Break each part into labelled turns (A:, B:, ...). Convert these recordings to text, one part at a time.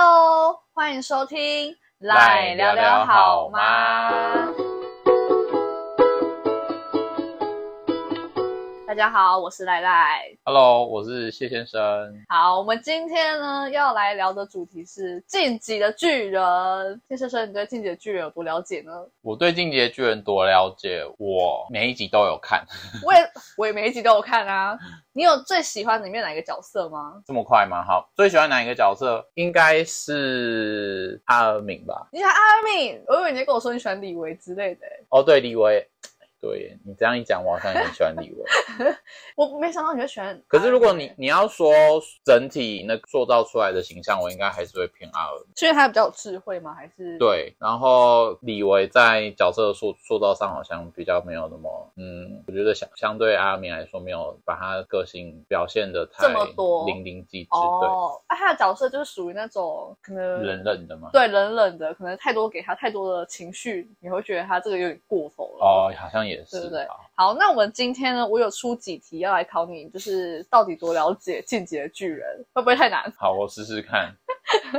A: Hello，欢迎收听来聊聊好吗？大家好，我是赖赖。
B: Hello，我是谢先生。
A: 好，我们今天呢要来聊的主题是《晋级的巨人》。谢先生，你对《晋级的巨人》有多了 解呢？
B: 我对《进击的巨人》多了解，我每一集都有看。
A: 我也我也每一集都有看啊。你有最喜欢里面哪一个角色吗？
B: 这么快吗？好，最喜欢哪一个角色？应该是阿尔敏吧。
A: 你喜欢阿敏？我以为你在跟我说你喜欢李维之类的欸、
B: 哦，对，李维。对你这样一讲，我好像也很喜欢李维。
A: 我没想到你会喜欢阿敏欸。
B: 可是如果你你要说整体那塑造出来的形象，我应该还是会偏阿尔敏。
A: 是因为他比较有智慧吗？还是？
B: 对，然后李维在角色的塑塑造上好像比较没有那么，嗯，我觉得相相对阿明来说，没有把他个性表现的太
A: 这么多
B: 淋漓尽致，
A: 哦，啊，他的角色就是属于那种可能
B: 对，冷冷的嘛。
A: 对冷冷的，可能太多给他太多的情绪，你会觉得他这个有点过头了。
B: 哦，好像也是，
A: 对不对
B: 好
A: 好，那我们今天呢，我有出几题要来考你，就是到底多了解《进击的巨人》会不会太难？
B: 好，我试试看。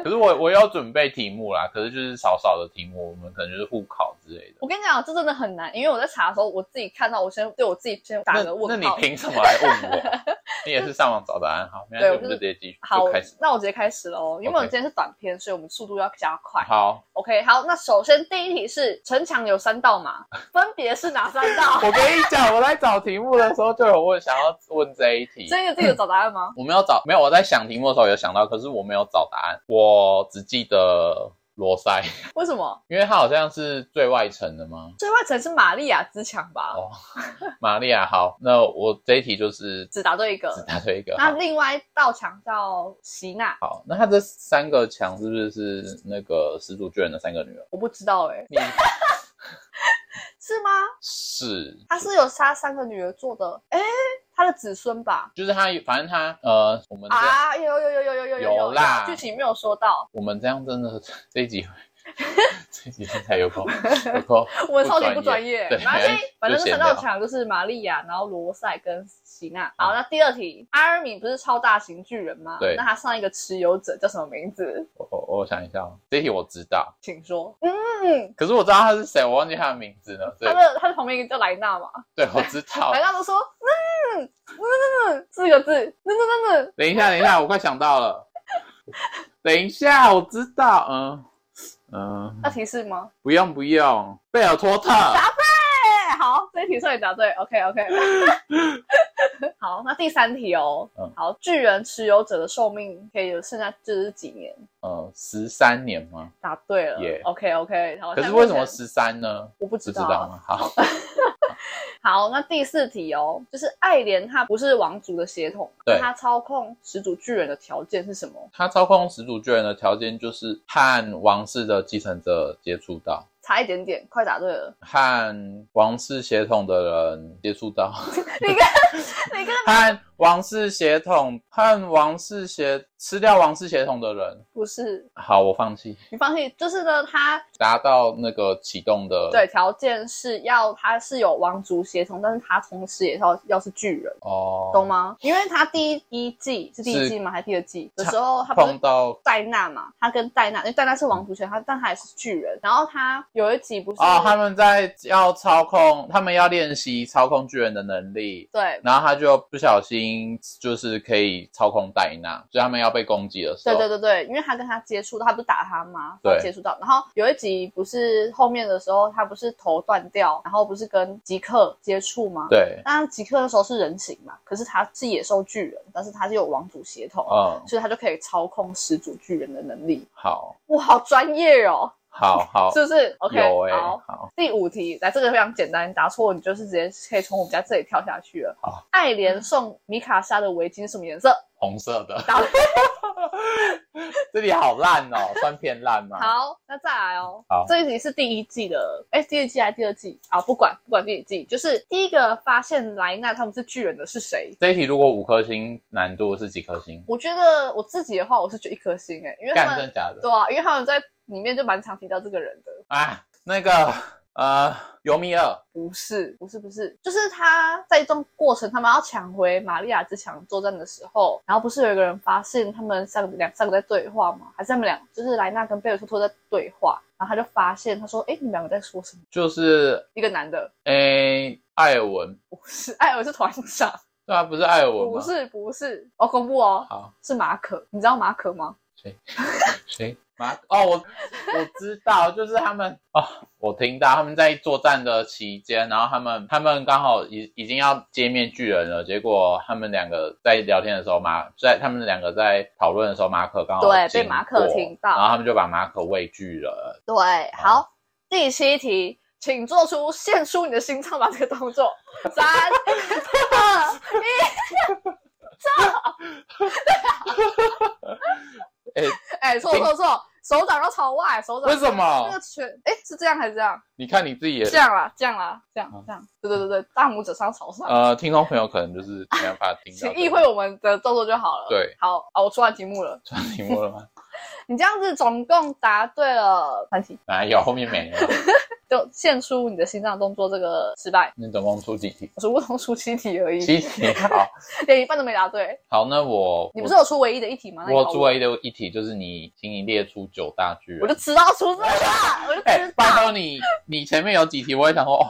B: 可是我我要准备题目啦，可是就是少少的题目，我们可能就是互考之类的。
A: 我跟你讲，这真的很难，因为我在查的时候，我自己看到，我先对我自己先打
B: 那
A: 个问
B: 那
A: 号。
B: 你凭什么来问 我？你也是上网找答案，好，没关
A: 对
B: 系，
A: 我就
B: 我们就是直接继续
A: 好
B: 就开始，。
A: 那我直接开始喽，因为我
B: OK
A: 们今天是短片，所以我们速度要加快。
B: 好，
A: OK，好，那首先第一题是城墙有三道嘛，分别是哪三 道？
B: 我跟你讲，我在找题目的时候就有问，想要问这一题。
A: 真的自己有找答案吗？
B: 我没有找，没有我在想题目的时候有想到，可是我没有找答案，我只记得罗塞，
A: 为什么？
B: 因为它好像是最外层的吗？
A: 最外层是玛利亚之墙吧？
B: 哦， 玛利亚，好，那我这一题就是
A: 只答对一个
B: 只答对一个。
A: 那
B: 好
A: 另外一道墙叫席娜，
B: 好，那它这三个墙是不是是那个始祖巨人的三个女儿？
A: 我不知道哎、
B: 你
A: 是吗？
B: 是，
A: 他是有杀三个女儿做的，哎、他的子孙吧？
B: 就是他，反正他呃，我们这、
A: 啊，有有有有有有有
B: 有啦
A: 剧情没有说到，
B: 我们这样真的这一集这一集才有空有空，
A: 我们超级不专业。
B: 对
A: 没关系，反正
B: 就
A: 这
B: 闲
A: 三
B: 聊嗯
A: 道墙就是玛利亚，然后罗塞跟席娜。好，那第二题，阿尔敏不是超大型巨人吗？
B: 对
A: 那他上一个持有者叫什么名字？
B: 我我我想一下，哦，这一题我知道，
A: 请说。嗯，
B: 可是我知道他是谁，我忘记他的名字了。对
A: 他的他的旁边一个叫莱纳嘛，
B: 对，我知道
A: 莱。纳都说嗯嗯嗯四个字，嗯嗯嗯嗯，
B: 等一下，等一下，我快想到了。 等一下，我知道，嗯嗯，
A: 那提示吗？
B: 不用不用，贝尔托特。
A: 哎，好，这一题算你答对，OK OK。好，那第三题哦。
B: 嗯
A: 好，巨人持有者的寿命可以有剩下就是几年？
B: 呃，十三年吗？
A: 答对了
B: Yeah
A: ，OK OK。好，
B: 可是
A: 现在目
B: 为
A: 前
B: 什么十三呢？
A: 我不
B: 不
A: 知
B: 知道
A: 道。
B: 吗？好，
A: 好，那第四题哦，就是爱莲她不是王族的血统，
B: 对
A: 那她操控始祖巨人的条件是什么？
B: 他操控始祖巨人的条件就是和王室的继承者接触到，
A: 差一点点，快答对了。
B: 和王室血统的人接触到，
A: 你跟
B: 和王室血统，和王室血吃掉王室血统的人。
A: 不是，
B: 好，我放弃。
A: 你放弃，就是呢，她
B: 达到那个启动的
A: 对条件是要她是有王族血统，但是她同时也要要是巨人。
B: 哦，
A: 懂吗？因为他第一季是第一季吗？还是第二季的时候，他不
B: 碰
A: 是
B: 到
A: 戴娜嘛？他跟戴娜，因为戴娜是王族权，他但他也是巨人。然后他有一集不是
B: 哦，他们在要操控，他们要练习操控巨人的能力，
A: 对
B: 然后他就不小心就是可以操控戴娜，所以他们要被攻击的时
A: 对
B: 候，
A: 对
B: 对，
A: 对对，因为他跟他接触，他不是打他吗？
B: 哦对
A: 他接触到。然后有一集不是后面的时候，他不是头断掉，然后不是跟吉克接触吗？。但吉克那时候是人形嘛，可是他是野兽巨人，但是他是有王族血统，
B: 嗯，
A: 所以他就可以操控始祖巨人的能力。
B: 好，
A: 哇，好专业哦，
B: 好，好，
A: 是不是？OK，
B: 有哎、
A: 好。
B: 好，
A: 第五题，来这个非常简单，你答错你就是直接可以从我们家这里跳下去了。
B: 好
A: 爱莲送米卡莎的围巾是什么颜色？
B: 红色 的，
A: 答对。
B: 这里好烂哦，算偏烂吗？，
A: 好，那再来哦。
B: 好
A: 这一题是第一季的，哎，第二季还是第二季啊？不管不管第几季，就是第一个发现莱纳他们是巨人的是谁？
B: 这一题如果五颗星，难度是几颗星？
A: 我觉得我自己的话，我是觉得一颗星哎、因为他
B: 干，真
A: 们
B: 的假的？
A: 对啊，因为他们在里面就蛮常提到这个人的。
B: 啊，那个呃，尤米尔
A: 不是，不是，不是，就是他在一段过程，他们要抢回玛利亚之墙作战的时候，然后不是有一个人发现他们三个两三个在对话吗？还是他们俩就是莱纳跟贝尔托托在对话，然后他就发现他说：“哎，你们两个在说什么
B: 就是？”
A: 一个男的
B: 诶、艾尔文，
A: 不是艾尔是团长，
B: 对啊，不是艾尔文
A: 不
B: 吗？
A: 是不是，哦，公布哦，
B: 好，
A: 是马可，你知道马可吗？
B: 谁谁马哦，我我知道，就是他们哦，我听到他们在作战的期间，然后他们他们刚好已已经要歼灭巨人了，结果他们两个在聊天的时候，马在他们两个在讨论的时候，马可刚好
A: 对
B: 经
A: 被马可
B: 过
A: 听到
B: 然后他们就把马可畏惧了。
A: 对，好，第七题，请做出献出你的心脏吧这个动 作。三、二、一，
B: 哎、
A: 哎，错错错，手掌要朝外，手掌
B: 为什么
A: 那个拳，哎，是这样还是这样？
B: 你看你自己也
A: 这样啦，这样啦，这样
B: 好
A: 这样，对对对对，大拇指上朝上，
B: 呃，听众朋友可能就是没办法听到
A: 请
B: 这个，
A: 意会我们的动作就好了。
B: 对，
A: 好，哦，我出完题目了，
B: 算题目了吗？
A: 你这样子总共答对了三题，
B: 哪有？后面没有。
A: 就献出你的心脏动作这个失败，
B: 你总共出几题？
A: 我总共出七题而已，
B: 七题。好，
A: 连一半都没答对。
B: 好，那我
A: 你不是有出唯一的一题吗？那你
B: 我
A: 考
B: 作为的一题就是你，请你列出九大巨人。
A: 我就知道出这个，我就
B: 哎、
A: 知
B: 拜
A: 道。
B: 托你，你前面有几题，我也想说哦，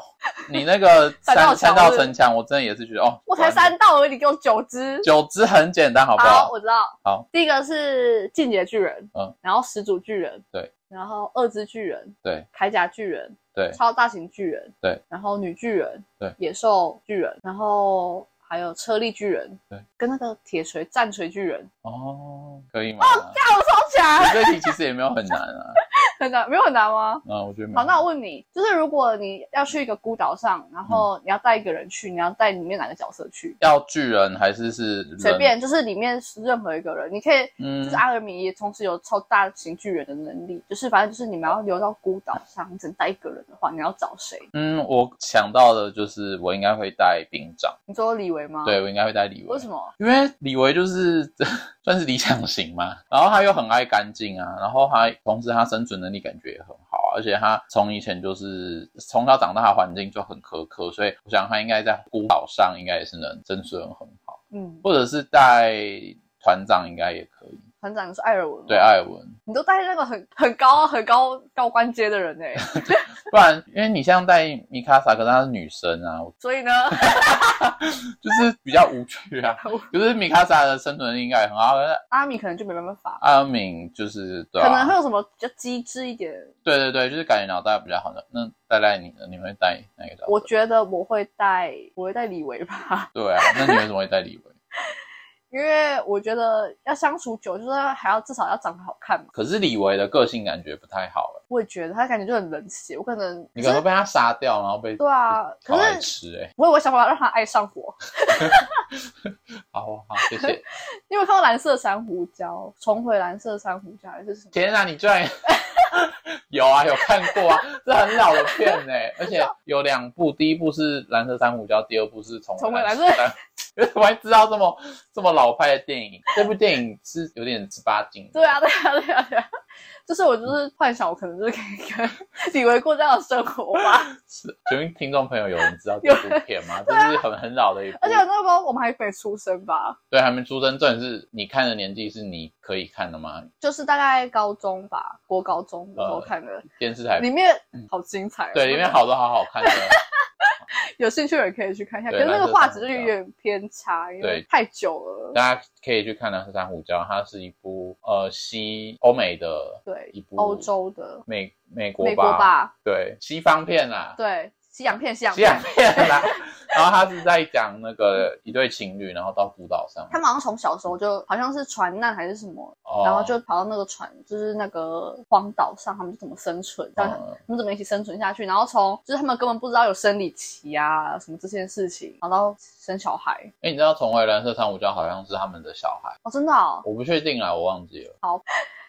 B: 你那个
A: 三道
B: 三
A: 墙
B: 三道
A: 是不是
B: 城墙，我真的也是觉得哦，
A: 我才
B: 完了
A: 三道而已，你给我九只。
B: 九只很简单，好不
A: 好，
B: 好？
A: 我知道。
B: 好，
A: 第一个是进阶巨人，
B: 嗯，
A: 然后始祖巨人，
B: 对，
A: 然后二只巨人，
B: 对
A: 铠甲巨人，
B: 对
A: 超大型巨人，
B: 对，
A: 然后女巨人，
B: 对，
A: 野兽巨人，然后还有车力巨人，
B: 对，
A: 跟那个铁锤战锤巨人，
B: 哦，可以吗？
A: 干我超强，
B: 你 这题其实也没有很难啊，
A: 很难，没有很难吗？
B: 嗯，我觉得没有。
A: 好，那我问你，就是如果你要去一个孤岛上，然后
B: 嗯
A: 你要带一个人去，你要带里面哪个角色去？
B: 要巨人还是是人
A: 随？便，就是里面是任何一个人，你可以，
B: 嗯
A: 就是阿尔米也同时有超大型巨人的能力，就是反正就是你们要留到孤岛上，你只能带一个人的话，你要找谁？
B: 嗯，我想到的就是我应该会带兵长，
A: 你说李维吗？，
B: 对我应该会带李维。
A: 为什么？
B: 因为李维就是 算是理想型嘛，然后他又很爱干净啊，然后他同时他生存能力感觉也很好啊，而且他从以前就是从小长大的环境就很苛刻，所以我想他应该在孤岛上应该也是能生存很好，
A: 嗯，
B: 或者是带团长应该也可以，
A: 团长，你说艾尔文吗？
B: 对，啊艾文，
A: 你都带那个很很高很高高官阶的人哎、
B: 不然因为你像带米卡萨，可是她是女生啊，
A: 所以呢，
B: 就是比较无趣啊，可是米卡萨的生存力应该也很好，但是
A: 阿米可能就没办法，
B: 阿敏就是对、啊，
A: 可能会有什么比较机智一点。
B: 对对对，就是感觉脑袋比较好的。那带带你呢？你会带哪个角色？
A: 我觉得我会带，我会带李维吧。
B: 对啊，那你为什么会带李维？
A: 因为我觉得要相处久，就是还要至少要长得好看嘛。
B: 可是李维的个性感觉不太好哎、
A: 我也觉得他感觉就很冷血，我可能
B: 你可能会被他杀掉，然后被
A: 对啊，
B: 烤
A: 可
B: 来
A: 是
B: 吃哎、
A: 我有个想法让他爱上我。
B: 好好好，谢谢。
A: 你有没有看过《蓝色珊瑚礁》？重回蓝色珊瑚礁还是什么？
B: 天啊，你居然 有啊，有看过啊，这很老的片哎、而且有两部，第一部是《蓝色珊瑚礁》，第二部是《重
A: 重
B: 回
A: 回
B: 蓝
A: 蓝
B: 色珊瑚礁》。 为什么会知道这么这么老派的电影？这部电影是有点十八禁的。
A: 对啊，对啊，对啊，对啊。就是我就是幻想，我可能就是可以跟李维过这样的生活 吧。
B: 是，请问听众朋友有人知道这部片吗？这是很很老的一部，
A: 而且那时候我们还没出生吧，
B: 对还没出生，重点是你看的年纪是你可以看的吗？
A: 就是大概高中吧，国高中的时候看的，
B: 电视台
A: 里面好精彩哦、
B: 呃嗯对里面好多好好看的，
A: 有兴趣的人可以去看一下，可
B: 对
A: 是那
B: 蓝
A: 个
B: 色
A: 画
B: 珊
A: 质
B: 瑚
A: 就有
B: 礁
A: 点偏差，因为
B: 对
A: 太久了。
B: 大家可以去看《蓝色珊瑚礁》，它是一部呃西欧美的
A: 对
B: 一，部
A: 欧洲的
B: 美美国
A: 美国吧，
B: 对西方片啦，
A: 对，西洋片，西洋
B: 西
A: 片
B: 洋。片啦， 然后它是在讲那个一对情侣，然后到孤岛上，
A: 他们好像从小时候就好像是船难还是什么，
B: 哦
A: 然后就跑到那个船，就是那个荒岛上，他们就怎么生存，这样、
B: 嗯
A: 他们怎么一起生存下去。然后从就是他们根本不知道有生理期啊什么这些事情，然后到生小孩。
B: 哎，你知道《重回蓝色珊瑚礁》好像是他们的小孩，
A: 哦，真的、哦，
B: 啊我不确定啦，我忘记了。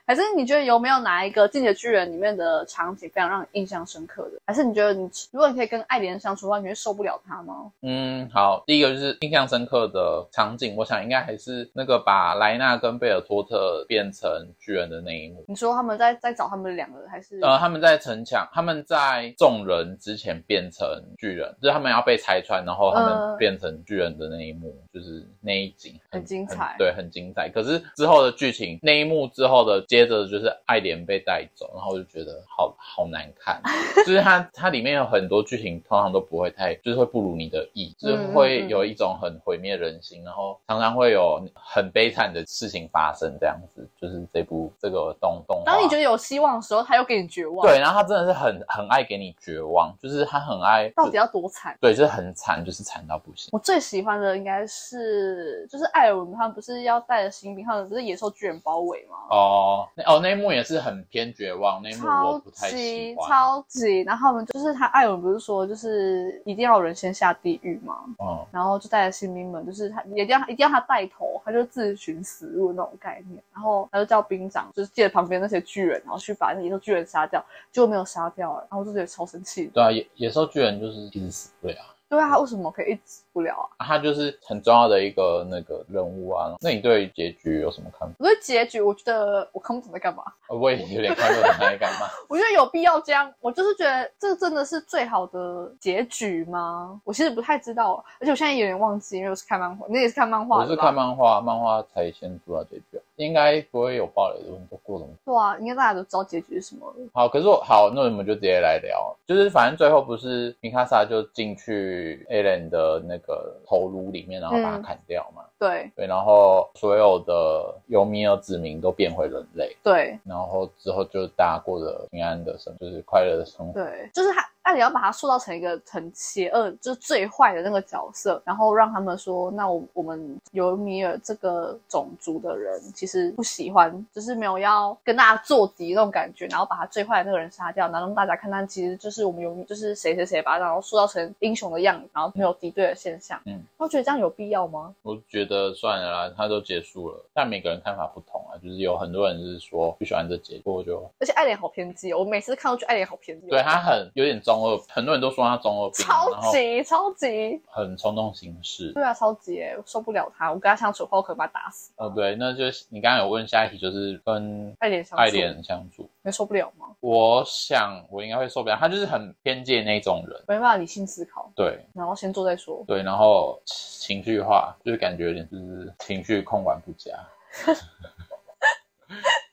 A: 还是你觉得有没有哪一个《进击的巨人》里面的场景非常让你印象深刻的？还是你觉得你如果你可以跟爱莲相处的话，你会受不了他吗？
B: 嗯，好，第一个就是印象深刻的场景，我想应该还是那个把莱纳跟贝尔托特变成巨人的那一幕。
A: 你说他们在在找他们两个，还是
B: 呃，他们在城墙，他们在众人之前变成巨人，就是他们要被拆穿，然后他
A: 嗯
B: 们变成巨人的那一幕，就是那一景
A: 很精彩
B: 对，很精彩。可是之后的剧情，那一幕之后的，接着就是爱莲被带走，然后我就觉得好好难看， 就是它它里面有很多剧情，通常都不会太，就是会不如你的意，就是
A: 嗯嗯
B: 会
A: 嗯
B: 有一种很毁灭人心，然后常常会有很悲惨的事情发生，这样子，就是这部这个动动画。
A: 当你觉得有希望的时候，他又给你绝望？，
B: 对，然后他真的是很很爱给你绝望，就是他很爱，
A: 到底要多惨？
B: 对，就是很惨，就是惨到不行。
A: 我最喜欢的应该是，就是艾尔文他们不是要带着新兵，他们不是野兽巨人包围吗？
B: 哦，那哦，那一幕也是很偏绝望，那一幕我
A: 超
B: 不太喜
A: 级
B: 欢。
A: 超级，然后他们就是他艾文不是说就是一定要有人先下地狱吗？
B: 嗯，
A: 然后就带着新兵们，就是他一定要一定要他带头，他就自寻死路那种概念。然后他就叫兵长，就是借旁边那些巨人，然后去把那野兽巨人杀掉，结果没有杀掉、然后我就觉得超生气。
B: 对啊，野野兽巨人就是一直死不了啊，
A: 对啊，他为什么可以一直不了啊？
B: 他就是很重要的一个那个任务啊。那你对于结局有什么看法？
A: 我对结局，我觉得我看不懂在干嘛。
B: 呃我也有点看不懂他在 干嘛。
A: 我觉得有必要这样，我就是觉得这真的是最好的结局吗？我其实不太知道，而且我现在有点忘记，因为我是看漫画，你也是看漫画
B: 我
A: 的吧
B: 是看漫画，漫画才先出到结局啊，应该不会有暴雷的问题。过怎么？
A: 对啊，应该大家都知道结局是什么了。
B: 好，可是我好，那我们就直接来聊，就是反正最后不是米卡莎就进去 a l a n 的那个头颅里面，然后把他
A: 嗯
B: 砍掉嘛，
A: 对
B: 对，然后所有的尤米尔子民都变回人类，
A: 对
B: 然后之后就大家过着平安的生，就是快乐的生活。
A: 对，就是他，那你要把他塑造成一个很邪恶，就是最坏的那个角色，然后让他们说，那我我们尤米尔这个种族的人其实不喜欢，就是没有要跟大家做敌那种感觉，然后把他最坏的那个人杀掉，然后让大家看他其实就是我们尤米，就是谁谁谁把他然后塑造成英雄的样子，然后没有敌对的现象。
B: 嗯，
A: 我觉得这样有必要吗？
B: 我觉得算了啦，它都结束了，但每个人看法不同啊，就是有很多人是说不喜欢这结局，我就
A: 而且爱莲好偏激、哦，我每次看到就爱莲好偏激、哦。
B: 对他很有点中二，很多人都说他中二 病，然
A: 超
B: 后
A: 级超级，
B: 很冲动行事。
A: 对啊，超级耶、我受不了他，我跟他相处的话，我可能把他打死。
B: 哦，对，那就是你刚刚有问下一题，就是跟
A: 爱莲相处，
B: 爱莲相处。
A: 你受不了吗？
B: 我想我应该会受不了，他就是很偏见那种人，
A: 没办法理性思考，
B: 对
A: 然后先做再说。
B: 对，然后情绪化，就是感觉有点就是情绪控管不 佳，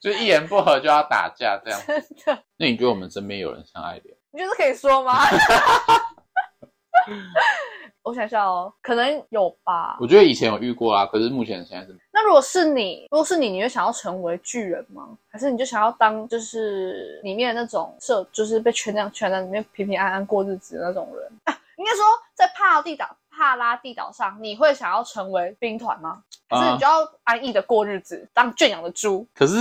B: 就一言不合就要打架这样。那你觉得我们身边有人像爱莲？
A: 你觉得可以说吗？ 我想想哦，可能有吧
B: 我。觉得以前有遇过啊，可是目前现在是
A: 那如果是你，如果是你，你会想要成为巨人吗？还是你就想要当就是里面的那种社，就是被圈在圈在里面平平安安过日子的那种人？啊、应该说，在帕拉地岛帕拉地岛上，你会想要成为兵团吗？还是你
B: 啊
A: 就要安逸的过日子，当圈养的猪？
B: 可是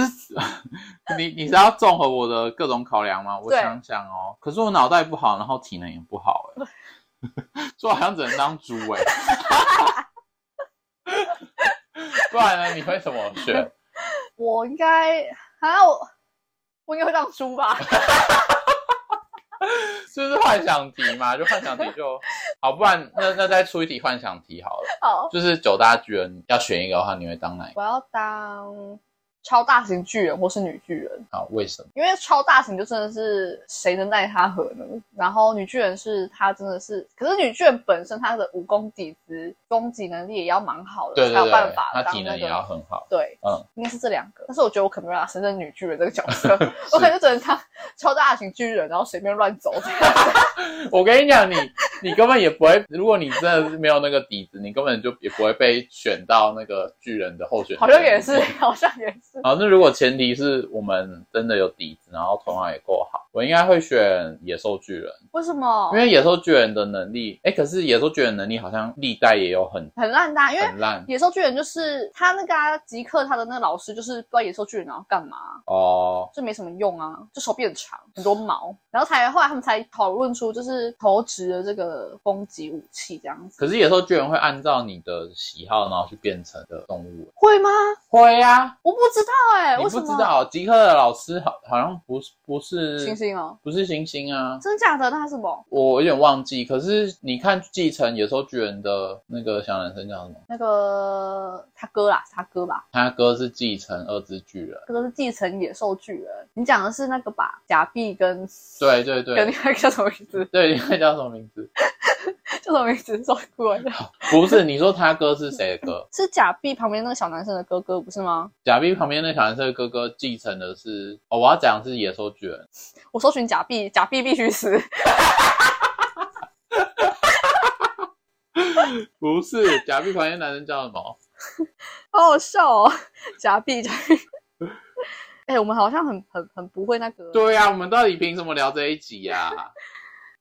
B: 你你是要综合我的各种考量吗？我
A: 对
B: 想想哦，可是我脑袋不好，然后体能也不好、 欸，所以好像只能当猪哎、不然呢？你会怎么选？
A: 我应该啊，我我应该会当猪吧？
B: 就是幻想题嘛，就幻想题就好，不然那那再出一题幻想题好了。
A: 好，
B: 就是九大巨人要选一个的话，你会当哪一个？
A: 我要当超大型巨人或是女巨人，
B: 好，为什么？
A: 因为超大型就真的是谁能奈他何呢？然后女巨人是她真的是，可是女巨人本身她的武功底子、攻击能力也要蛮好的，
B: 对对
A: 才有
B: 对
A: 办，法
B: 他
A: 当
B: 体
A: 那
B: 能
A: 个。
B: 也要很好。
A: 对，
B: 嗯，
A: 应该是这两个，但是我觉得我可能没办法胜任女巨人这个角 色，我可能就只能当超大型巨人，然后随便乱走这样。
B: 我跟你讲，你你根本也不会，如果你真的是没有那个底子，你根本就也不会被选到那个巨人的候选人。
A: 好像也是，好像也是。
B: 好，那如果前提是我们真的有底子，然后头脑也够好，我应该会选野兽巨人，
A: 为什么
B: 因？为野兽巨人的能力，哎，可是野兽巨人能力好像历代也有很
A: 很烂大，因为
B: 很烂
A: 野兽巨人就是他那个啊，极客他的那个老师就是不知道野兽巨人然后干嘛，
B: 哦。
A: 就没什么用啊，就手臂很长，很多毛。然后才后来他们才讨论出就是投掷的这个攻击武器这样子，
B: 可是野兽居然会按照你的喜好，然后去变成的动物。
A: 会吗？
B: 会啊，
A: 我不知道哎、
B: 你
A: 为什
B: 不
A: 么？
B: 知道吉克的老师好好像不是不
A: 星
B: 是
A: 星哦，
B: 不是星星啊，
A: 真假的？那它什么？
B: 我有点忘记。可是你看继承野兽巨人的那个小男生叫什么？
A: 那个他哥啦，他哥吧，
B: 他哥是继承二只巨人。
A: 这个是继承野兽巨人。你讲的是那个吧？假币跟
B: 对对
A: 跟
B: 对
A: 另外一个叫什么名字？
B: 对，你看叫什么名字？
A: 叫什么名字？说过来
B: 不是，你说他哥是谁的哥？
A: 是假币旁边那个小男生的哥哥，不是吗？
B: 假币旁边那小男生的哥哥继承的是哦，我要讲的是野兽巨人。
A: 我搜寻假币，假币必须死。
B: 不是，假币旁边男生叫什么？
A: 好好笑哦，假币假币。哎、我们好像很很很不会那个
B: 对呀、啊，我们到底凭什么聊这一集呀、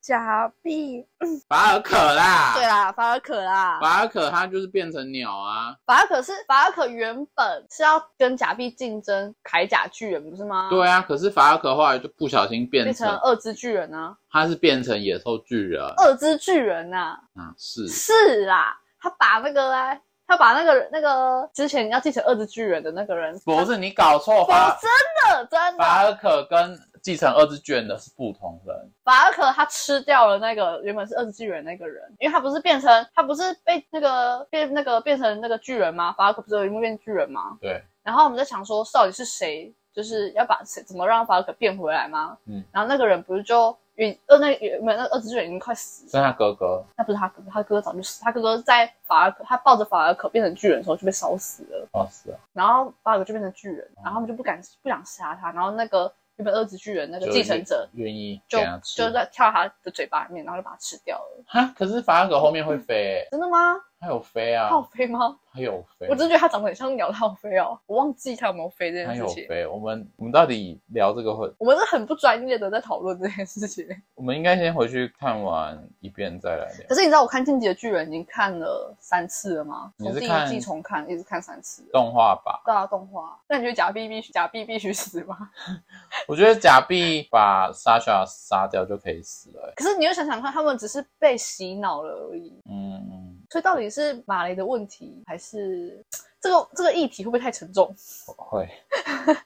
A: 假币。
B: 法尔可啦，
A: 对啊啦，法尔可啦，
B: 法尔可他就是变成鸟啊，
A: 法尔可是法尔可原本是要跟假币竞争铠甲巨人，不是吗？，
B: 对啊，可是法尔可后来就不小心变
A: 变
B: 成，
A: 成二只巨人啊，
B: 他是变成野兽巨人啊，
A: 二只巨人啊，
B: 是
A: 是啦，他把那个嘞，他把那个那个之前要继承二只巨人的那个人，
B: 不是你搞错
A: 哦
B: 法，
A: 真的真
B: 法
A: 的，
B: 尔可跟继承二只巨人的是不同人，
A: 法尔可他吃掉了那个原本是二只巨人那个人，因为他不是变成他不是被那个变那个变成那个巨人吗？法尔可不是有一幕变巨人吗？
B: 对，
A: 然后我们在想说，到底是谁，就是要把谁怎么让法尔可变回来吗？
B: 嗯，
A: 然后那个人不是就原二那原本那二只巨人已经快死了，
B: 是他哥哥，
A: 那不是他哥哥，他哥哥早就死，他哥哥在法尔可他抱着法尔可变成巨人的时候就被烧死了。
B: 哦是啊，
A: 然后巴尔就变成巨人，然后他们就不敢不想杀他，然后那个原本二只巨人那个
B: 就
A: 继承者
B: 愿意
A: 就
B: 给他吃，
A: 就在跳他的嘴巴里面，然后就把它吃掉了。
B: 哈，可是法尔可后面会飞、欸，
A: 真的吗？
B: 他有飞
A: 它
B: 啊，
A: 有飞吗？
B: 他有飞，
A: 我只是觉得它长得很像鸟，它有飞哦，我忘记它有没有飞这
B: 他
A: 件
B: 有
A: 事情。
B: 飞，我们我们到底聊这个会，
A: 我们是很不专业的在讨论这件事情。
B: 我们应该先回去看完一遍再来聊
A: 可。是你知道我看《进击的巨人》已经看了三次了吗？
B: 你
A: 从
B: 是
A: 第
B: 看
A: 一季重看，一直看三次了。
B: 动画吧，
A: 对啊，动画。那你觉得假币必须假币必须死吗？
B: 我觉得假币把 Sasha 杀掉就可以死了、欸。
A: 可是你又想想看，他们只是被洗脑了而已。
B: 嗯嗯，
A: 所以到底是马雷的问题，还是这个这个议题会不会太沉重？
B: 会。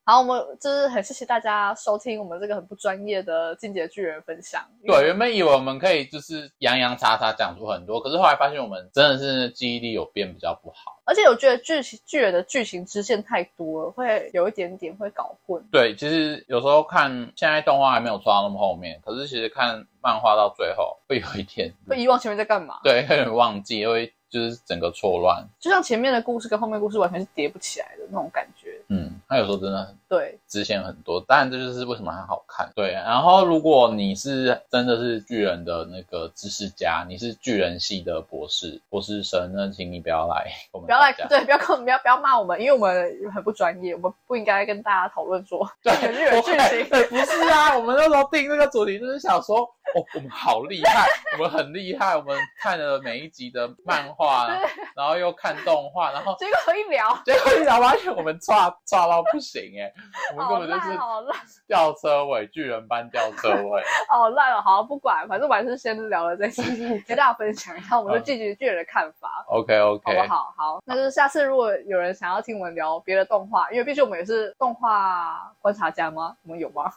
A: 好，我们就是很谢谢大家收听我们这个很不专业的《进阶巨人》分享。因为
B: 对，，原本以为我们可以就是洋洋洒洒讲出很多，可是后来发现我们真的是记忆力有变比较不好。
A: 而且我觉得剧情巨人的剧情支线太多了，会有一点点会搞混。
B: 对，其实有时候看现在动画还没有抓到那么后面，可是其实看漫画到最后会有一点，
A: 会遗忘前面在干嘛，
B: 嗯对，会有点忘记，会就是整个错乱。
A: 就像前面的故事跟后面故事完全是叠不起来的那种感觉。
B: 嗯，它有时候真的很
A: 对，
B: 支线很多，当然这就是为什么它好看。对，然后如果你是真的是巨人的那个知识家，你是巨人系的博士博士生，那请你不要来我们
A: 不要来
B: 家
A: 对，不要跟我们不要不要骂我们，因为我们很不专业，我们不应该跟大家讨论说
B: 对
A: 有巨人
B: 不会
A: 剧情
B: 对不是啊，我们那时候定这个主题就是想说，哦，我们好厉害，我们很厉害，我们看了每一集的漫画，啊然后又看动画，然后
A: 结果一聊，
B: 结果一聊发现我们差差到不行哎、我们
A: 好
B: 根本就
A: 烂，哦
B: 是
A: 好烂。
B: 吊车尾，巨人般吊车尾。
A: 好烂哦，好不管，反正我还是先聊了这 些，跟大家分享一下我们对
B: 好
A: 《进击的巨人》的看法。
B: OK
A: 好
B: OK，
A: 不好？好，那就是下次如果有人想要听我们聊别的动画，因为毕竟我们也是动画观察家吗？我们有吗？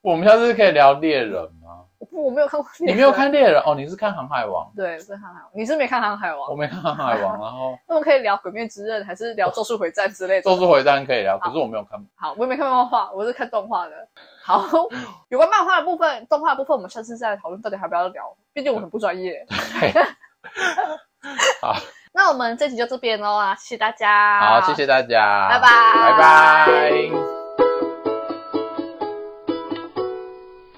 B: 我们下次可以聊猎人吗？
A: 我不，我没有看过。
B: 你没有？看猎人哦，你是看航海王，
A: 对，不是《航海王》，你是没看《航海王
B: 我》？没看航海王，然后
A: 那我们可以聊《鬼灭之刃》，还是聊《咒术回战》之类
B: 《
A: 的
B: 咒。术回战》可以聊，可是我没有看。
A: 好，我也没看漫画，我是看动画的。 好，有关漫画的部分、动画的部分，我们下次再来讨论到底还要不要聊，毕竟我很不专业。
B: 嘿
A: 那我们这集就这边喽啊，谢谢大家。
B: 好，谢谢大家，
A: 拜拜
B: 拜拜。